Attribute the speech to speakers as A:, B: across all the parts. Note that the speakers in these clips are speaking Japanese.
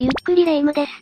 A: ゆっくりレ夢ムです。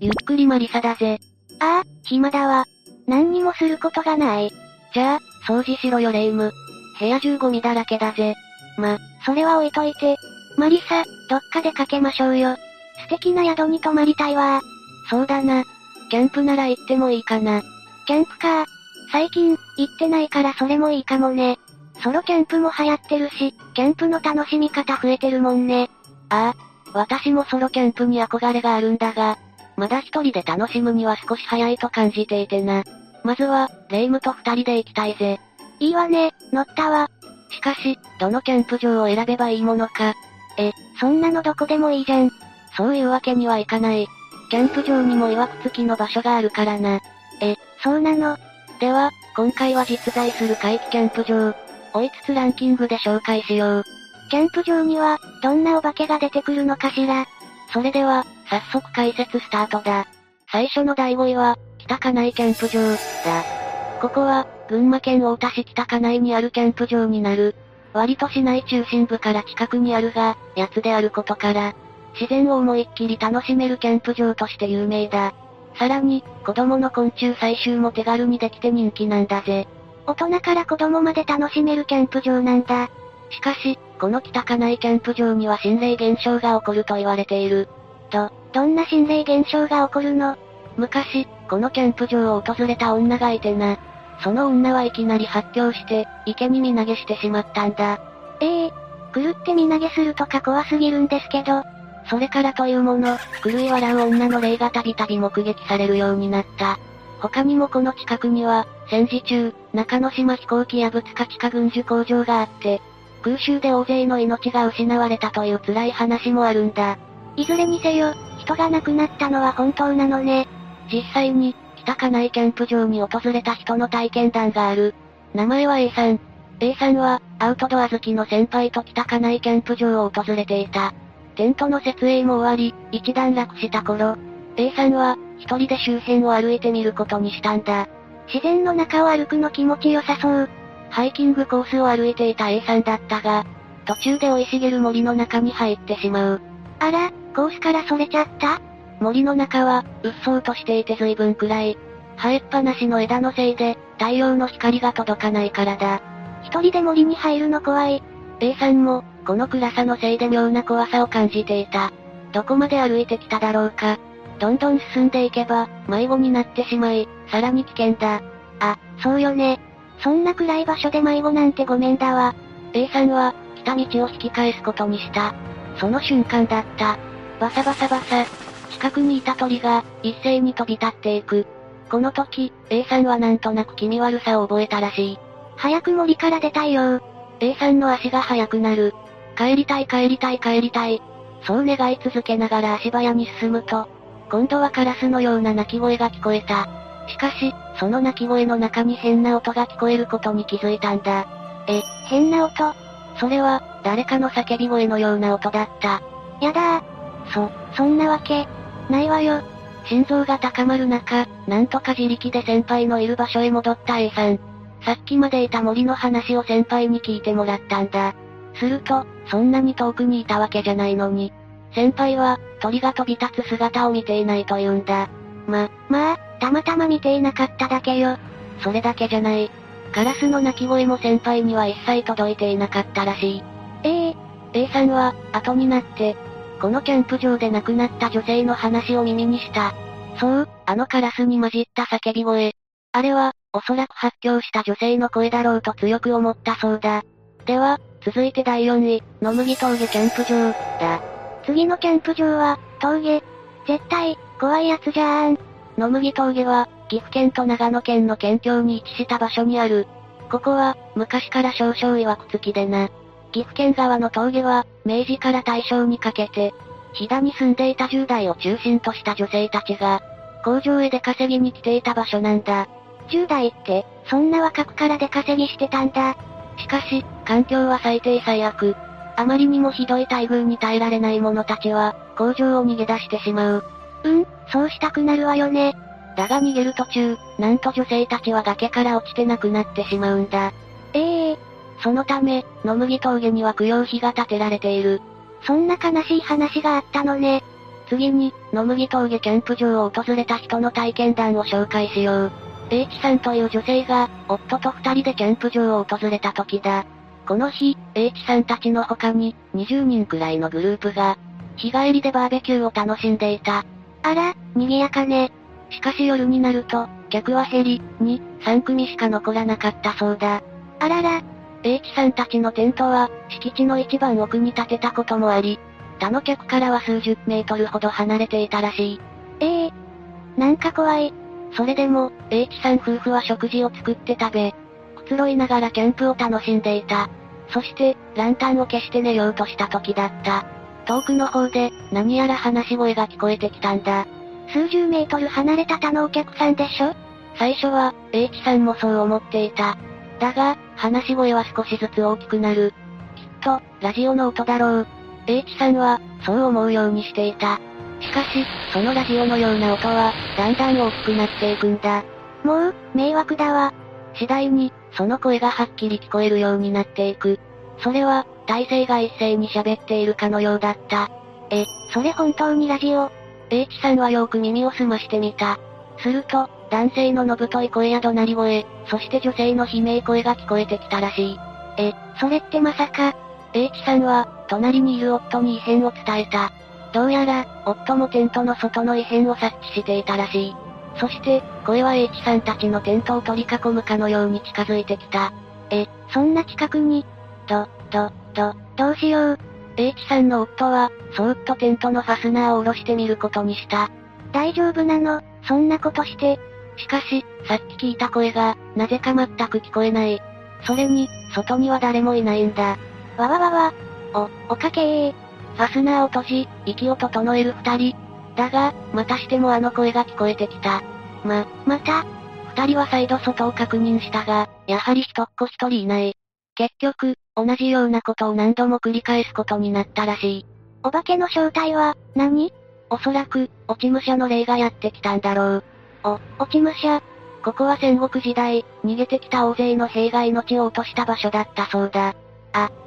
B: ゆっくりマリサだぜ。
A: ああ、暇だわ。何にもすることがない。
B: じゃあ、掃除しろよレ夢ム。部屋中ゴミだらけだぜ。ま、
A: それは置いといて。マリサ、どっか出かけましょうよ。素敵な宿に泊まりたいわ。
B: そうだな。キャンプなら行ってもいいかな。
A: キャンプか最近、行ってないからそれもいいかもね。ソロキャンプも流行ってるし、キャンプの楽しみ方増えてるもんね。
B: ああ、私もソロキャンプに憧れがあるんだが、まだ一人で楽しむには少し早いと感じていてな。まずは、レ夢ムと二人で行きたいぜ。
A: いいわね、乗ったわ。
B: しかし、どのキャンプ場を選べばいいものか。
A: え、そんなのどこでもいいじゃん。
B: そういうわけにはいかない。キャンプ場にも曰く付きの場所があるからな。
A: え、そうなの
B: では、今回は実在する怪奇キャンプ場、追いつつランキングで紹介しよう。
A: キャンプ場には、どんなお化けが出てくるのかしら。
B: それでは、早速解説スタートだ。最初の第5位は、北金井キャンプ場、だ。ここは、群馬県太田市北金井にあるキャンプ場になる。割と市内中心部から近くにあるが、やつであることから、自然を思いっきり楽しめるキャンプ場として有名だ。さらに、子供の昆虫採集も手軽にできて人気なんだぜ。
A: 大人から子供まで楽しめるキャンプ場なんだ。
B: しかし、この北金井キャンプ場には心霊現象が起こると言われている。
A: どんな心霊現象が起こるの
B: 昔、このキャンプ場を訪れた女がいてな。その女はいきなり発狂して、池に身投げしてしまったんだ。
A: ええ狂って身投げするとか怖すぎるんですけど、
B: それからというもの、狂い笑う女の霊がたびたび目撃されるようになった。他にもこの近くには、戦時中、中之島飛行機やぶつか地下軍需工場があって、空襲で大勢の命が失われたという辛い話もあるんだ。
A: いずれにせよ、人が亡くなったのは本当なのね。
B: 実際に、北金井キャンプ場に訪れた人の体験談がある。名前は A さん。A さんは、アウトドア好きの先輩と北金井キャンプ場を訪れていた。テントの設営も終わり、一段落した頃、A さんは、一人で周辺を歩いてみることにしたんだ。
A: 自然の中を歩くの気持ちよさそう。
B: ハイキングコースを歩いていた A さんだったが、途中で生い茂る森の中に入ってしまう。
A: あら、コースからそれちゃった
B: 森の中は、うっそうとしていて随分暗い。生えっぱなしの枝のせいで、太陽の光が届かないからだ。
A: 一人で森に入るの怖い。
B: A さんも、この暗さのせいで妙な怖さを感じていた。どこまで歩いてきただろうか。どんどん進んでいけば、迷子になってしまい、さらに危険だ。
A: あ、そうよね。そんな暗い場所で迷子なんてごめんだわ。
B: A さんは、来た道を引き返すことにした。その瞬間だった。バサバサバサ。近くにいた鳥が、一斉に飛び立っていく。この時、A さんはなんとなく気味悪さを覚えたらしい。
A: 早く森から出たいよ。
B: A さんの足が速くなる。帰りたい帰りたい帰りたい。そう願い続けながら足早に進むと、今度はカラスのような鳴き声が聞こえた。しかし、その鳴き声の中に変な音が聞こえることに気づいたんだ。
A: 変な音。
B: それは、誰かの叫び声のような音だった。
A: やだー。そ、そんなわけ、ないわよ。
B: 心臓が高まる中、なんとか自力で先輩のいる場所へ戻った A さん。さっきまでいた森の話を先輩に聞いてもらったんだ。すると、そんなに遠くにいたわけじゃないのに。先輩は、鳥が飛び立つ姿を見ていないと言うんだ。ま、
A: まあ、たまたま見ていなかっただけよ。
B: それだけじゃない。カラスの鳴き声も先輩には一切届いていなかったらしい。
A: ええ
B: A さんは、後になって、このキャンプ場で亡くなった女性の話を耳にした。そう、あのカラスに混じった叫び声。あれは、おそらく発狂した女性の声だろうと強く思ったそうだ。では、続いて第4位、野麦峠キャンプ場、だ。
A: 次のキャンプ場は、峠。絶対、怖いやつじゃーん。
B: 野麦峠は、岐阜県と長野県の県境に位置した場所にある。ここは、昔から少々曰くつきでな。岐阜県側の峠は、明治から大正にかけて、飛騨に住んでいた10代を中心とした女性たちが、工場へ出稼ぎに来ていた場所なんだ。
A: 10代って、そんな若くから出稼ぎしてたんだ。
B: しかし、環境は最低最悪。あまりにもひどい待遇に耐えられない者たちは、工場を逃げ出してしまう。
A: うん、そうしたくなるわよね。
B: だが逃げる途中、なんと女性たちは崖から落ちて亡くなってしまうんだ。
A: ええ
B: そのため、野麦峠には供養碑が建てられている。
A: そんな悲しい話があったのね。
B: 次に、野麦峠キャンプ場を訪れた人の体験談を紹介しよう。H さんという女性が、夫と二人でキャンプ場を訪れた時だ。この日、H さんたちの他に、20人くらいのグループが、日帰りでバーベキューを楽しんでいた。
A: あら、賑やかね。
B: しかし夜になると、客は減り、2、3組しか残らなかったそうだ。
A: あらら、
B: H さんたちのテントは、敷地の一番奥に建てたこともあり、他の客からは数十メートルほど離れていたらしい。
A: ええなんか怖い。
B: それでも、H さん夫婦は食事を作って食べ、くつろいながらキャンプを楽しんでいた。そして、ランタンを消して寝ようとした時だった。遠くの方で、何やら話し声が聞こえてきたんだ。
A: 数十メートル離れた他のお客さんでしょ
B: 最初は、H さんもそう思っていた。だが、話し声は少しずつ大きくなる。きっと、ラジオの音だろう。H さんは、そう思うようにしていた。しかし、そのラジオのような音は、だんだん大きくなっていくんだ。
A: もう、迷惑だわ。
B: 次第に、その声がはっきり聞こえるようになっていく。それは、大勢が一斉に喋っているかのようだった。
A: え、それ本当にラジオ
B: H さんはよく耳を澄ましてみた。すると、男性ののぶとい声や怒鳴り声、そして女性の悲鳴声が聞こえてきたらしい。
A: それってまさか、
B: H さんは、隣にいる夫に異変を伝えた。どうやら、夫もテントの外の異変を察知していたらしい。そして、声は H さんたちのテントを取り囲むかのように近づいてきた。
A: え、そんな近くに、
B: ど、ど、
A: どうしよう。
B: H さんの夫は、そーっとテントのファスナーを下ろしてみることにした。
A: 大丈夫なのそんなことして、
B: しかし、さっき聞いた声が、なぜか全く聞こえない。それに、外には誰もいないんだ。
A: わわわわ、
B: お、
A: おかけー。
B: ファスナーを閉じ、息を整える二人。だが、またしてもあの声が聞こえてきた。ま、
A: また、
B: 二人は再度外を確認したが、やはり一っ子一人いない。結局、同じようなことを何度も繰り返すことになったらしい。
A: お化けの正体は、何
B: おそらく、落ち武者の霊がやってきたんだろう。
A: お、落ち武者、
B: ここは戦国時代、逃げてきた大勢の兵が命を落とした場所だったそうだ。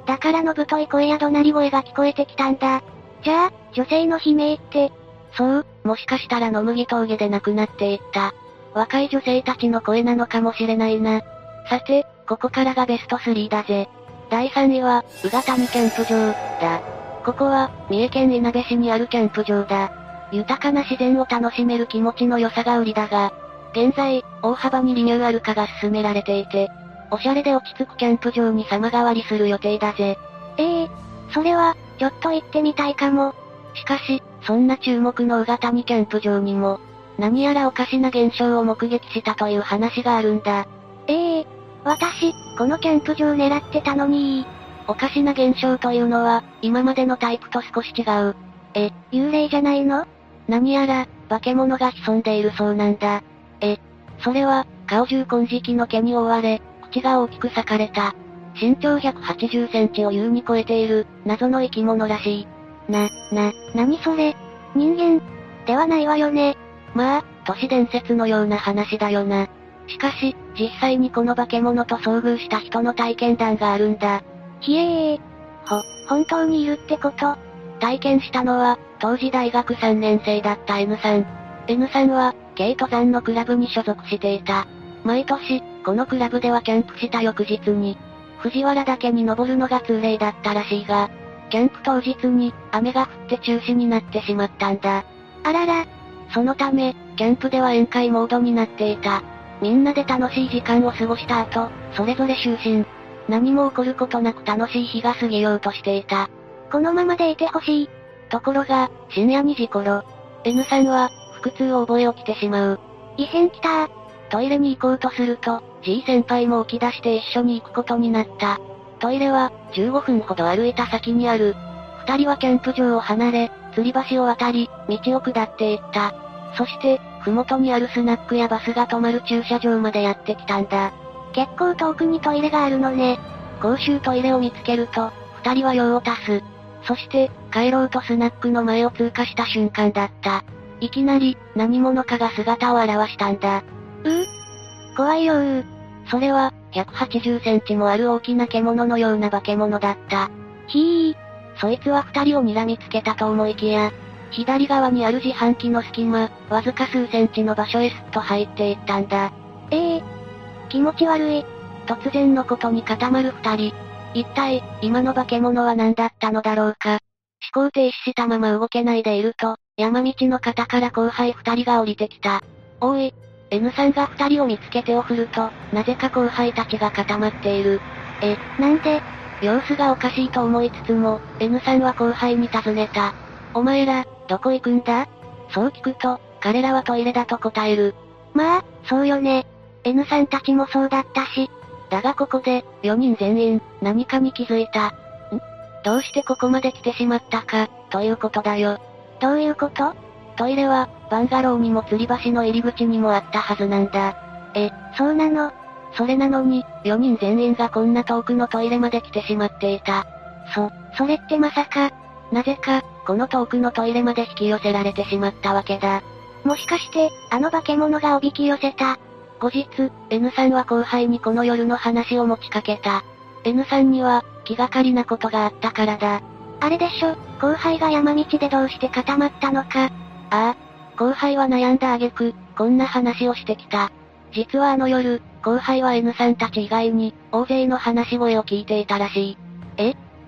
A: だからのぶとい声や怒鳴り声が聞こえてきたんだ。じゃあ、女性の悲鳴って、
B: そう、もしかしたら野麦峠で亡くなっていった。若い女性たちの声なのかもしれないな。さて、ここからがベスト3だぜ。第3位は、宇賀谷キャンプ場、だ。ここは、三重県いなべ市にあるキャンプ場だ。豊かな自然を楽しめる気持ちの良さが売りだが、現在、大幅にリニューアル化が進められていて、おしゃれで落ち着くキャンプ場に様変わりする予定だぜ。
A: ええそれは、ちょっと行ってみたいかも。
B: しかし、そんな注目の宇賀谷キャンプ場にも、何やらおかしな現象を目撃したという話があるんだ。
A: ええ私、このキャンプ場狙ってたのに
B: おかしな現象というのは、今までのタイプと少し違う。
A: え、幽霊じゃないの
B: 何やら、化け物が潜んでいるそうなんだ。え、それは、顔中金色の毛に覆われ、口が大きく裂かれた。身長180センチを優に超えている、謎の生き物らしい。
A: な、な、なにそれ人間、ではないわよね。
B: まあ、都市伝説のような話だよな。しかし、実際にこの化け物と遭遇した人の体験談があるんだ。
A: ひえー。ほ、本当にいるってこと
B: 体験したのは、当時大学3年生だった N さん。N さんは、軽登山のクラブに所属していた。毎年、このクラブではキャンプした翌日に、藤原岳に登るのが通例だったらしいが、キャンプ当日に、雨が降って中止になってしまったんだ。
A: あらら、
B: そのため、キャンプでは宴会モードになっていた。みんなで楽しい時間を過ごした後、それぞれ就寝。何も起こることなく楽しい日が過ぎようとしていた。
A: このままでいてほしい。
B: ところが、深夜2時頃、N さんは、腹痛を覚え起きてしまう。
A: 異変きたー。
B: トイレに行こうとすると、G 先輩も起き出して一緒に行くことになった。トイレは、15分ほど歩いた先にある。二人はキャンプ場を離れ、吊り橋を渡り、道を下っていった。そして、ふもとにあるスナックやバスが止まる駐車場までやってきたんだ。
A: 結構遠くにトイレがあるのね。
B: 公衆トイレを見つけると、二人は用を足す。そして、帰ろうとスナックの前を通過した瞬間だった。いきなり、何者かが姿を現したんだ。
A: 怖いよー。
B: それは、180センチもある大きな獣のような化け物だった。
A: ひー。
B: そいつは二人を睨みつけたと思いきや、左側にある自販機の隙間、わずか数センチの場所へすっと入っていったんだ。
A: ええ気持ち悪い。
B: 突然のことに固まる二人。一体、今の化け物は何だったのだろうか。思考停止したまま動けないでいると、山道の肩から後輩二人が降りてきた。おい。N さんが二人を見つけてを振ると、なぜか後輩たちが固まっている。
A: なんで、
B: 様子がおかしいと思いつつも、N さんは後輩に尋ねた。お前ら、どこ行くんだそう聞くと、彼らはトイレだと答える。
A: まあ、そうよね。N さんたちもそうだったし、
B: だがここで、4人全員、何かに気づいた。んどうしてここまで来てしまったか、ということだよ。
A: どういうこと
B: トイレは、バンガローにも吊り橋の入り口にもあったはずなんだ。
A: そうなの
B: それなのに、4人全員がこんな遠くのトイレまで来てしまっていた。
A: そ、それってまさか、
B: なぜか、この遠くのトイレまで引き寄せられてしまったわけだ。
A: もしかして、あの化け物がおびき寄せた。
B: 後日、N さんは後輩にこの夜の話を持ちかけた。N さんには、気がかりなことがあったからだ。
A: あれでしょ、後輩が山道でどうして固まったのか。
B: ああ、後輩は悩んだ挙句、こんな話をしてきた。実はあの夜、後輩は N さんたち以外に、大勢の話し声を聞いていたらしい。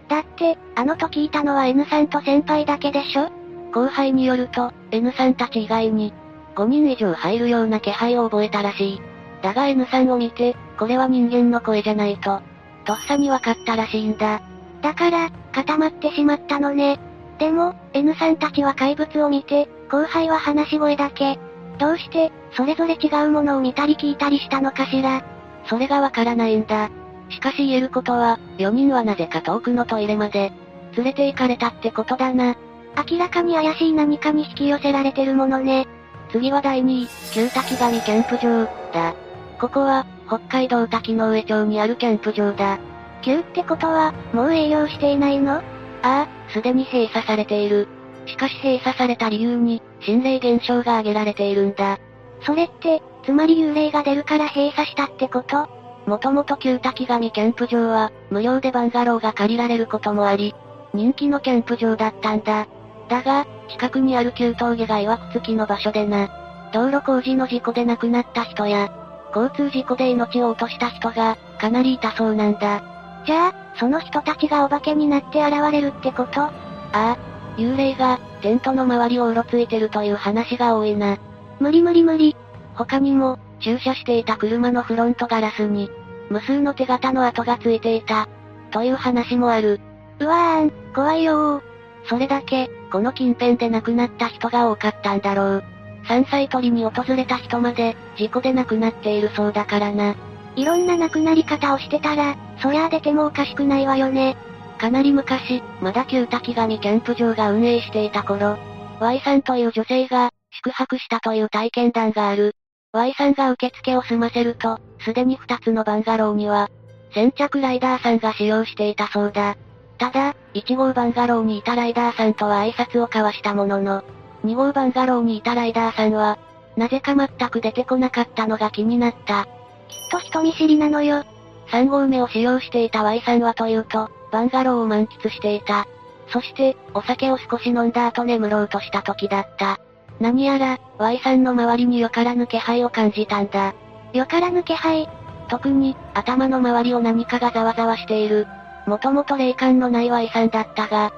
A: だって、あの時いたのは N さんと先輩だけでしょ
B: 後輩によると、N さんたち以外に、5人以上入るような気配を覚えたらしい。だが N さんを見て、これは人間の声じゃないと、とっさに分かったらしいんだ。
A: だから、固まってしまったのね。でも、N さんたちは怪物を見て、後輩は話し声だけ。どうして、それぞれ違うものを見たり聞いたりしたのかしら。
B: それがわからないんだ。しかし言えることは、4人はなぜか遠くのトイレまで、連れて行かれたってことだな。
A: 明らかに怪しい何かに引き寄せられてるものね。
B: 次は第2位、旧滝上キャンプ場、だ。ここは、北海道滝の上町にあるキャンプ場だ。
A: 急ってことは、もう営業していないの
B: ああ、すでに閉鎖されている。しかし閉鎖された理由に、心霊現象が挙げられているんだ。
A: それって、つまり幽霊が出るから閉鎖したってこと
B: もともと旧滝上キャンプ場は、無料でバンガローが借りられることもあり、人気のキャンプ場だったんだ。だが、近くにある旧峠がいわくつきの場所でな、道路工事の事故で亡くなった人や、交通事故で命を落とした人が、かなりいたそうなんだ。
A: じゃあ、その人たちがお化けになって現れるってこと
B: ああ、幽霊が、テントの周りをうろついてるという話が多いな。
A: 無理無理無理。
B: 他にも、駐車していた車のフロントガラスに、無数の手形の跡がついていた、という話もある。
A: うわーん、怖いよー。
B: それだけ、この近辺で亡くなった人が多かったんだろう。山菜採りに訪れた人まで、事故で亡くなっているそうだからな。
A: いろんな亡くなり方をしてたら、そりゃあ出てもおかしくないわよね。
B: かなり昔、まだ旧滝上キャンプ場が運営していた頃、Y さんという女性が、宿泊したという体験談がある。Y さんが受付を済ませると、すでに2つのバンガローには、先着ライダーさんが使用していたそうだ。ただ、1号バンガローにいたライダーさんとは挨拶を交わしたものの、2号バンガローにいたライダーさんは、なぜか全く出てこなかったのが気になった。
A: きっと人見知りなのよ。
B: 3号目を使用していた Y さんはというと、バンガローを満喫していた。そして、お酒を少し飲んだ後眠ろうとした時だった。何やら、Y さんの周りによからぬ気配を感じたんだ。
A: よからぬ気配。
B: 特に、頭の周りを何かがざわざわしている。もともと霊感のない Y さんだったが、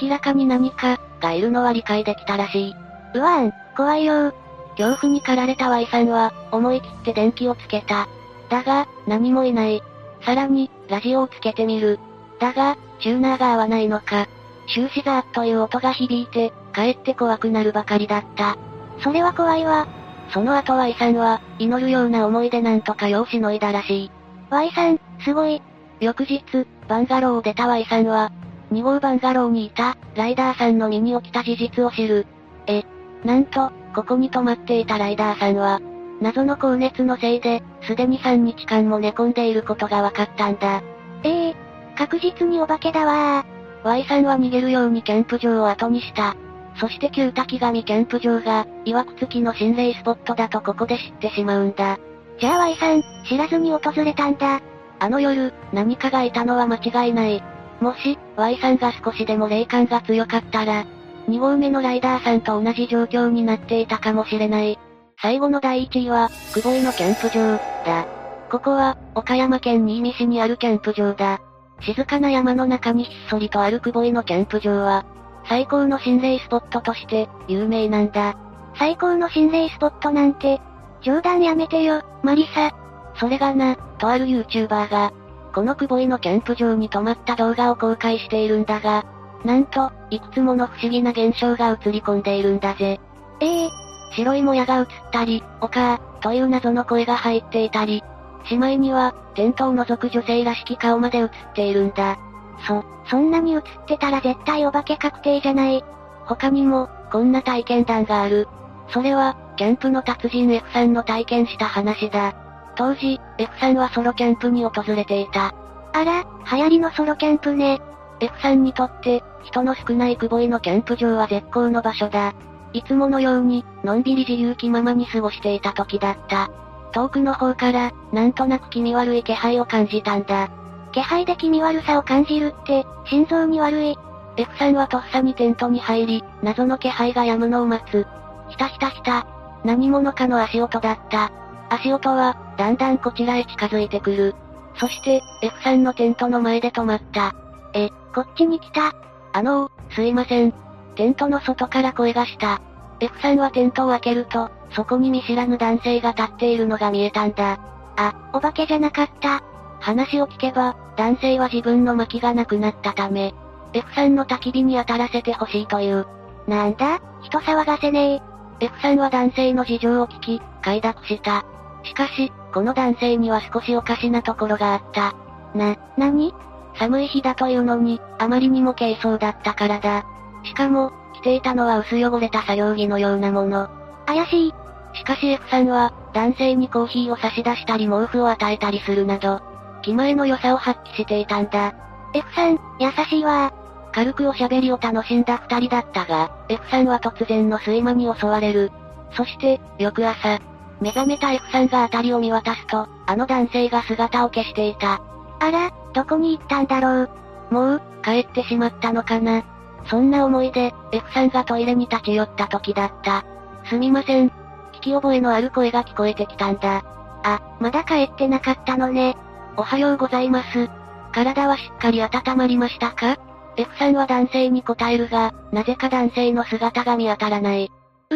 B: 明らかに何か、がいるのは理解できたらしい。
A: うわーん、怖いよー。
B: 恐怖に駆られた Y さんは、思い切って電気をつけた。だが、何もいない。さらに、ラジオをつけてみる。だが、チューナーが合わないのか。終始ザーッという音が響いて、かえって怖くなるばかりだった。
A: それは怖いわ。
B: その後 Y さんは、祈るような思いでなんとか世をしのいだらしい。
A: Y さん、すごい。
B: 翌日、バンガローを出た Y さんは、2号バンガローにいた、ライダーさんの身に起きた事実を知る。え、なんと、ここに泊まっていたライダーさんは、謎の高熱のせいで、すでに3日間も寝込んでいることが分かったんだ。
A: ええ確実にお化けだわ
B: Y さんは逃げるようにキャンプ場を後にした。そして旧滝上キャンプ場が、曰くつきの心霊スポットだとここで知ってしまうんだ。
A: ー。じゃあ Y さん、知らずに訪れたんだ。
B: あの夜、何かがいたのは間違いない。もし、Y さんが少しでも霊感が強かったら、 2号目のライダーさんと同じ状況になっていたかもしれない。最後の第1位は、久保井のキャンプ場、だ。ここは、岡山県新見市にあるキャンプ場だ。静かな山の中にひっそりとある久保井のキャンプ場は、最高の心霊スポットとして、有名なんだ。
A: 最高の心霊スポットなんて、冗談やめてよ、マリサ。
B: それがな、とある YouTuber が、この久保井のキャンプ場に泊まった動画を公開しているんだが、なんと、いくつもの不思議な現象が映り込んでいるんだぜ。
A: ええー、
B: 白いもやが映ったり、おかー、という謎の声が入っていたり、しまいには、テントを覗く女性らしき顔まで映っているんだ。
A: そ、そんなに映ってたら絶対お化け確定じゃない。
B: 他にも、こんな体験談がある。それは、キャンプの達人 F さんの体験した話だ。当時、F さんはソロキャンプに訪れていた。
A: あら、流行りのソロキャンプね。
B: F さんにとって、人の少ない久保井のキャンプ場は絶好の場所だ。いつものように、のんびり自由気ままに過ごしていた時だった。遠くの方から、なんとなく気味悪い気配を感じたんだ。
A: 気配で気味悪さを感じるって、心臓に悪い。
B: F さんはとっさにテントに入り、謎の気配が止むのを待つ。ひたひたひた。何者かの足音だった。足音は、だんだんこちらへ近づいてくる。そして、F さんのテントの前で止まった。
A: え、こっちに来た。
B: あのー、すいません。テントの外から声がした。F さんはテントを開けると、そこに見知らぬ男性が立っているのが見えたんだ。
A: あ、お化けじゃなかった。
B: 話を聞けば、男性は自分の薪がなくなったため、F さんの焚き火に当たらせてほしいという。
A: なんだ、人騒がせね
B: え。F さんは男性の事情を聞き、快諾した。しかし、この男性には少しおかしなところがあった。
A: な、なに
B: 寒い日だというのに、あまりにも軽装だったからだ。しかも、着ていたのは薄汚れた作業着のようなもの。
A: 怪しい。
B: しかし F さんは、男性にコーヒーを差し出したり毛布を与えたりするなど、気前の良さを発揮していたんだ。
A: F さん、優しいわ
B: 軽くおしゃべりを楽しんだ二人だったが、F さんは突然の睡魔に襲われる。そして、翌朝、目覚めた F さんが辺りを見渡すと、あの男性が姿を消していた。
A: あら、どこに行ったんだろう。
B: もう、帰ってしまったのかな。そんな思いで、F さんがトイレに立ち寄った時だった。すみません。聞き覚えのある声が聞こえてきたんだ。
A: あ、まだ帰ってなかったのね。
B: おはようございます。体はしっかり温まりましたか ?F さんは男性に答えるが、なぜか男性の姿が見当たらない。
A: う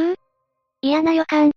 A: 嫌な予感。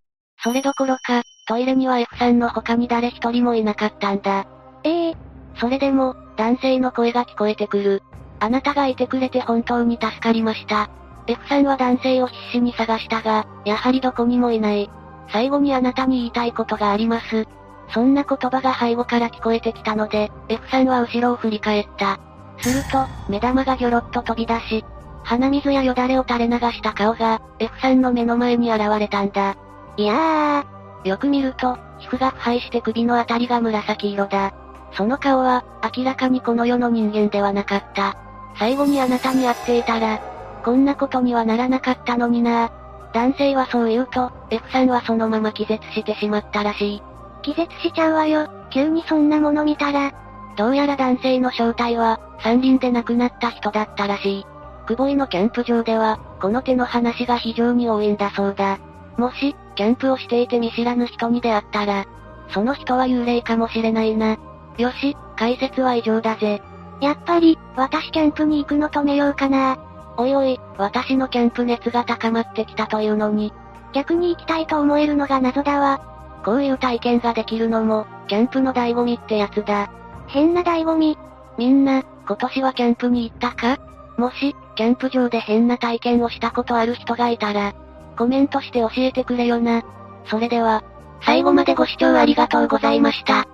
B: それどころか、トイレには F さんの他に誰一人もいなかったんだ。
A: ええー、
B: それでも、男性の声が聞こえてくる。あなたがいてくれて本当に助かりました。F さんは男性を必死に探したが、やはりどこにもいない。最後にあなたに言いたいことがあります。そんな言葉が背後から聞こえてきたので、F さんは後ろを振り返った。すると、目玉がギョロッと飛び出し、鼻水やよだれを垂れ流した顔が、F さんの目の前に現れたんだ。
A: いや
B: ー。よく見ると、皮膚が腐敗して首のあたりが紫色だ。その顔は、明らかにこの世の人間ではなかった。最後にあなたに会っていたら、こんなことにはならなかったのにな男性はそう言うと、F さんはそのまま気絶してしまったらしい。
A: 気絶しちゃうわよ。急にそんなもの見たら。
B: どうやら男性の正体は、山林で亡くなった人だったらしい。久保井のキャンプ場では、この手の話が非常に多いんだそうだ。もし、キャンプをしていて見知らぬ人に出会ったら、その人は幽霊かもしれないな。よし、解説は以上だぜ。
A: やっぱり、私キャンプに行くの止めようかな。
B: おいおい、私のキャンプ熱が高まってきたというのに。
A: 逆に行きたいと思えるのが謎だわ。
B: こういう体験ができるのも、キャンプの醍醐味ってやつだ。
A: 変な醍醐味。
B: みんな、今年はキャンプに行ったかもし、キャンプ場で変な体験をしたことある人がいたら、コメントして教えてくれよな。それでは、
A: 最後までご視聴ありがとうございました。